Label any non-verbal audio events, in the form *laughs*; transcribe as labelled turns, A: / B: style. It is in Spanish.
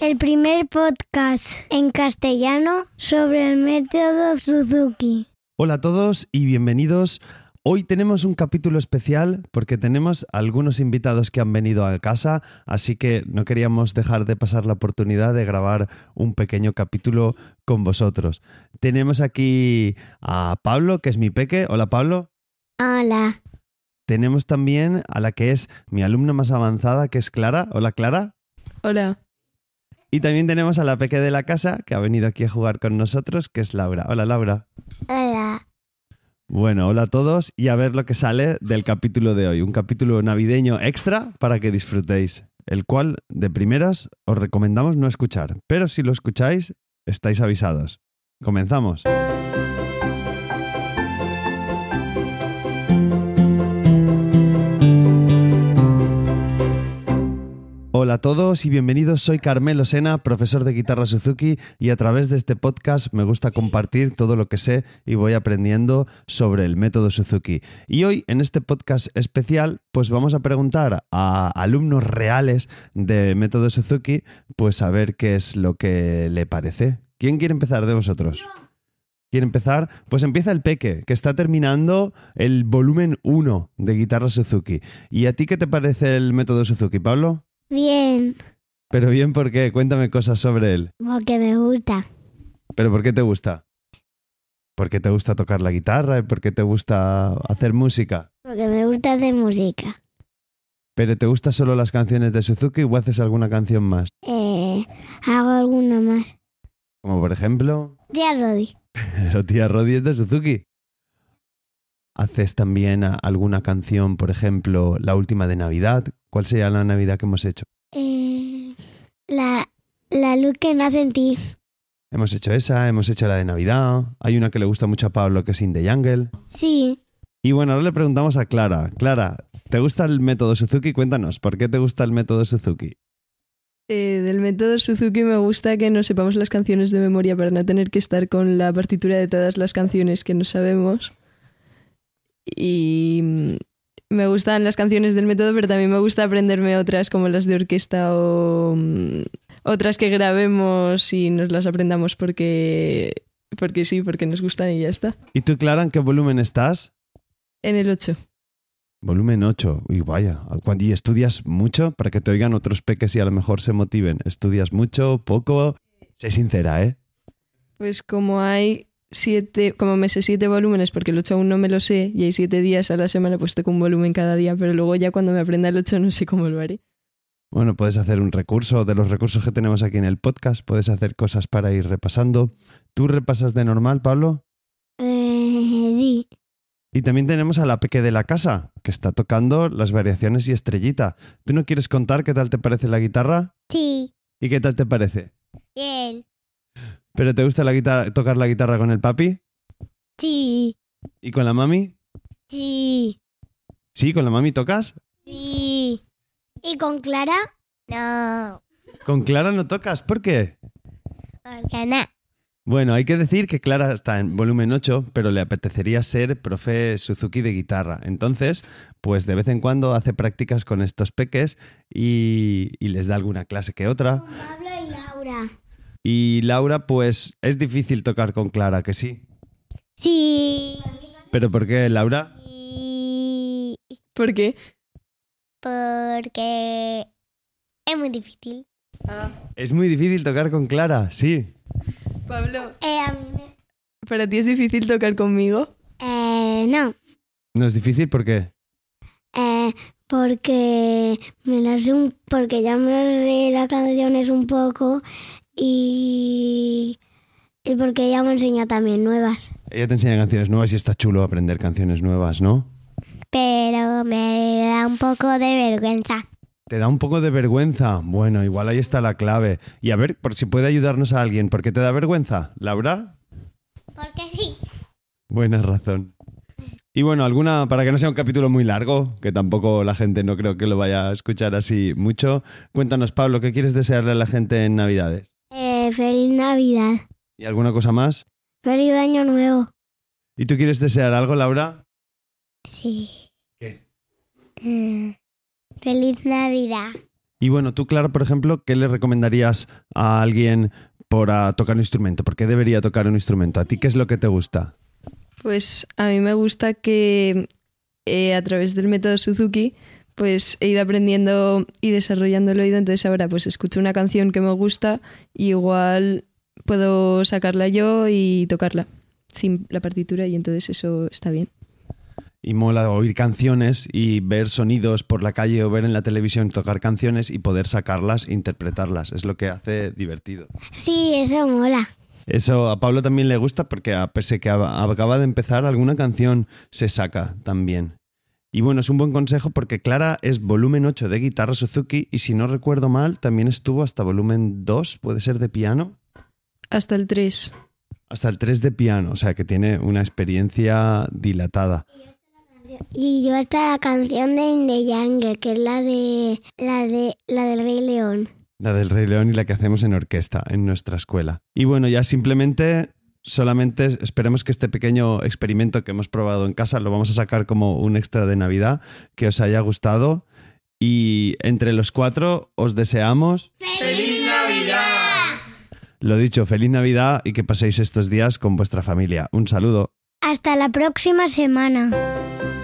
A: El primer podcast en castellano sobre el método Suzuki.
B: Hola a todos y bienvenidos. Hoy tenemos un capítulo especial porque tenemos algunos invitados que han venido a casa, así que no queríamos dejar de pasar la oportunidad de grabar un pequeño capítulo con vosotros. Tenemos aquí a Pablo, que es mi peque. Hola Pablo.
A: Hola.
B: Tenemos también a la que es mi alumna más avanzada, que es Clara. Hola Clara.
C: Hola.
B: Y también tenemos a la peque de la casa, que ha venido aquí a jugar con nosotros, que es Laura. Hola Laura.
A: Hola.
B: Bueno, hola a todos y a ver lo que sale del capítulo de hoy. Un capítulo navideño extra para que disfrutéis, el cual de primeras os recomendamos no escuchar, pero si lo escucháis, estáis avisados. Comenzamos. Hola a todos y bienvenidos. Soy Carmelo Sena, profesor de guitarra Suzuki y a través de este podcast me gusta compartir todo lo que sé y voy aprendiendo sobre el método Suzuki. Y hoy en este podcast especial pues vamos a preguntar a alumnos reales de método Suzuki pues a ver qué es lo que le parece. ¿Quién quiere empezar de vosotros? ¿Quiere empezar? Pues empieza el Peque, que está terminando el volumen 1 de guitarra Suzuki. ¿Y a ti qué te parece el método Suzuki, Pablo?
A: Bien,
B: Pero bien, ¿por qué? Cuéntame cosas sobre él.
A: porque me gusta.
B: ¿Pero por qué te gusta? ¿Por qué te gusta tocar la guitarra? ¿Y por qué te gusta hacer música?
A: Porque me gusta de música.
B: ¿Pero te gustan solo las canciones de Suzuki o haces alguna canción más?
A: Eh, hago alguna más.
B: Como por ejemplo... *laughs*
A: Tía Rodi.
B: Pero tía Rodi es de Suzuki. ¿Haces también a- alguna canción, por ejemplo, la última de Navidad? ¿Cuál sería la Navidad que hemos hecho?
A: Eh, la, la luz que nace en ti.
B: Hemos hecho esa, hemos hecho la de Navidad. Hay una que le gusta mucho a Pablo que es In the Jungle.
A: Sí,
B: Y bueno, ahora le preguntamos a Clara. Clara, ¿te gusta el método Suzuki? Cuéntanos, ¿por qué te gusta el método Suzuki?
C: Eh, del método Suzuki me gusta que nos sepamos las canciones de memoria para no tener que estar con la partitura de todas las canciones que no sabemos. Y mm, me gustan las canciones del método, pero también me gusta aprenderme otras como las de orquesta o mm, otras que grabemos y nos las aprendamos porque, porque sí, porque nos gustan y ya está.
B: ¿Y tú, Clara, en qué volumen estás?
C: En el 8.
B: Volumen 8. Y vaya, ¿cu- ¿y estudias mucho? Para que te oigan otros peques y a lo mejor se motiven. ¿Estudias mucho, poco? Sé sincera, ¿eh?
C: Pues como hay siete, como me sé siete volúmenes, porque el 8 aún no me lo sé, y hay siete días a la semana, pues toco un volumen cada día, pero luego ya cuando me aprenda el 8 no sé cómo lo haré.
B: Bueno, puedes hacer un recurso de los recursos que tenemos aquí en el podcast. Puedes hacer cosas para ir repasando. ¿Tú repasas de normal, Pablo?
A: eh, sí.
B: Y también tenemos a la Peque de la Casa, que está tocando las variaciones y estrellita. ¿Tú no quieres contar qué tal te parece la guitarra?
A: Sí,
B: ¿Y qué tal te parece?
A: bien.
B: ¿Pero te gusta la guitarra, tocar la guitarra con el papi?
A: Sí,
B: ¿Y con la mami?
A: sí,
B: ¿Sí? ¿Con la mami tocas?
A: sí. ¿Y con Clara? No.
B: Con Clara no tocas. ¿Por qué?
A: Porque nada.
B: Bueno, hay que decir que Clara está en volumen 8, pero le apetecería ser profe Suzuki de guitarra. Entonces, pues de vez en cuando hace prácticas con estos peques y, y les da alguna clase que otra.
A: Con Pablo y Laura.
B: Y Laura, pues es difícil tocar con Clara, que sí.
A: Sí.
B: ¿Pero por qué, Laura?
A: Y
C: Porque
A: porque es muy difícil.
C: Ah,
B: Es muy difícil tocar con Clara, sí.
C: Pablo,
A: Eh, a mí me-
C: ¿para ti es difícil tocar conmigo?
A: Eh, no.
B: No es difícil porque...
A: Eh, porque me la sé un, porque ya me sé las canciones un poco y, y porque ella me enseña también nuevas.
B: Ella te enseña canciones nuevas y está chulo aprender canciones nuevas, ¿no?
A: Pero me da un poco de vergüenza.
B: Te da un poco de vergüenza. Bueno, igual ahí está la clave. Y a ver, por si puede ayudarnos a alguien, ¿por qué te da vergüenza? ¿Laura?
A: Porque sí.
B: Buena razón. Y bueno, alguna, para que no sea un capítulo muy largo, que tampoco la gente no creo que lo vaya a escuchar así mucho, cuéntanos, Pablo, ¿qué quieres desearle a la gente en Navidades?
A: Eh, feliz Navidad.
B: ¿Y alguna cosa más?
A: Feliz Año Nuevo.
B: ¿Y tú quieres desear algo, Laura?
A: Sí.
B: ¿Qué?
A: Mm. Feliz Navidad.
B: Y bueno, tú, Clara, por ejemplo, ¿qué le recomendarías a alguien para tocar un instrumento? ¿Por qué debería tocar un instrumento? ¿A ti qué es lo que te gusta?
C: Pues a mí me gusta que eh, a través del método Suzuki pues he ido aprendiendo y desarrollando el oído, entonces ahora pues escucho una canción que me gusta y igual puedo sacarla yo y tocarla sin la partitura y entonces eso está bien.
B: Y mola oír canciones y ver sonidos por la calle o ver en la televisión tocar canciones y poder sacarlas e interpretarlas. Es lo que hace divertido.
A: Sí, eso mola.
B: Eso a Pablo también le gusta porque a pesar que acaba de empezar alguna canción se saca también. Y bueno, es un buen consejo porque Clara es volumen 8 de guitarra Suzuki y si no recuerdo mal, también estuvo hasta volumen 2, puede ser de piano.
C: Hasta el 3.
B: Hasta el 3 de piano, o sea que tiene una experiencia dilatada.
A: Y yo hasta la canción de Indeyang, que es la de la de la del Rey León.
B: La del Rey León y la que hacemos en orquesta en nuestra escuela. Y bueno, ya simplemente solamente esperemos que este pequeño experimento que hemos probado en casa lo vamos a sacar como un extra de Navidad, que os haya gustado. Y entre los cuatro os deseamos...
D: ¡Feliz Navidad!
B: Lo dicho, feliz Navidad y que paséis estos días con vuestra familia. Un saludo.
A: Hasta la próxima semana.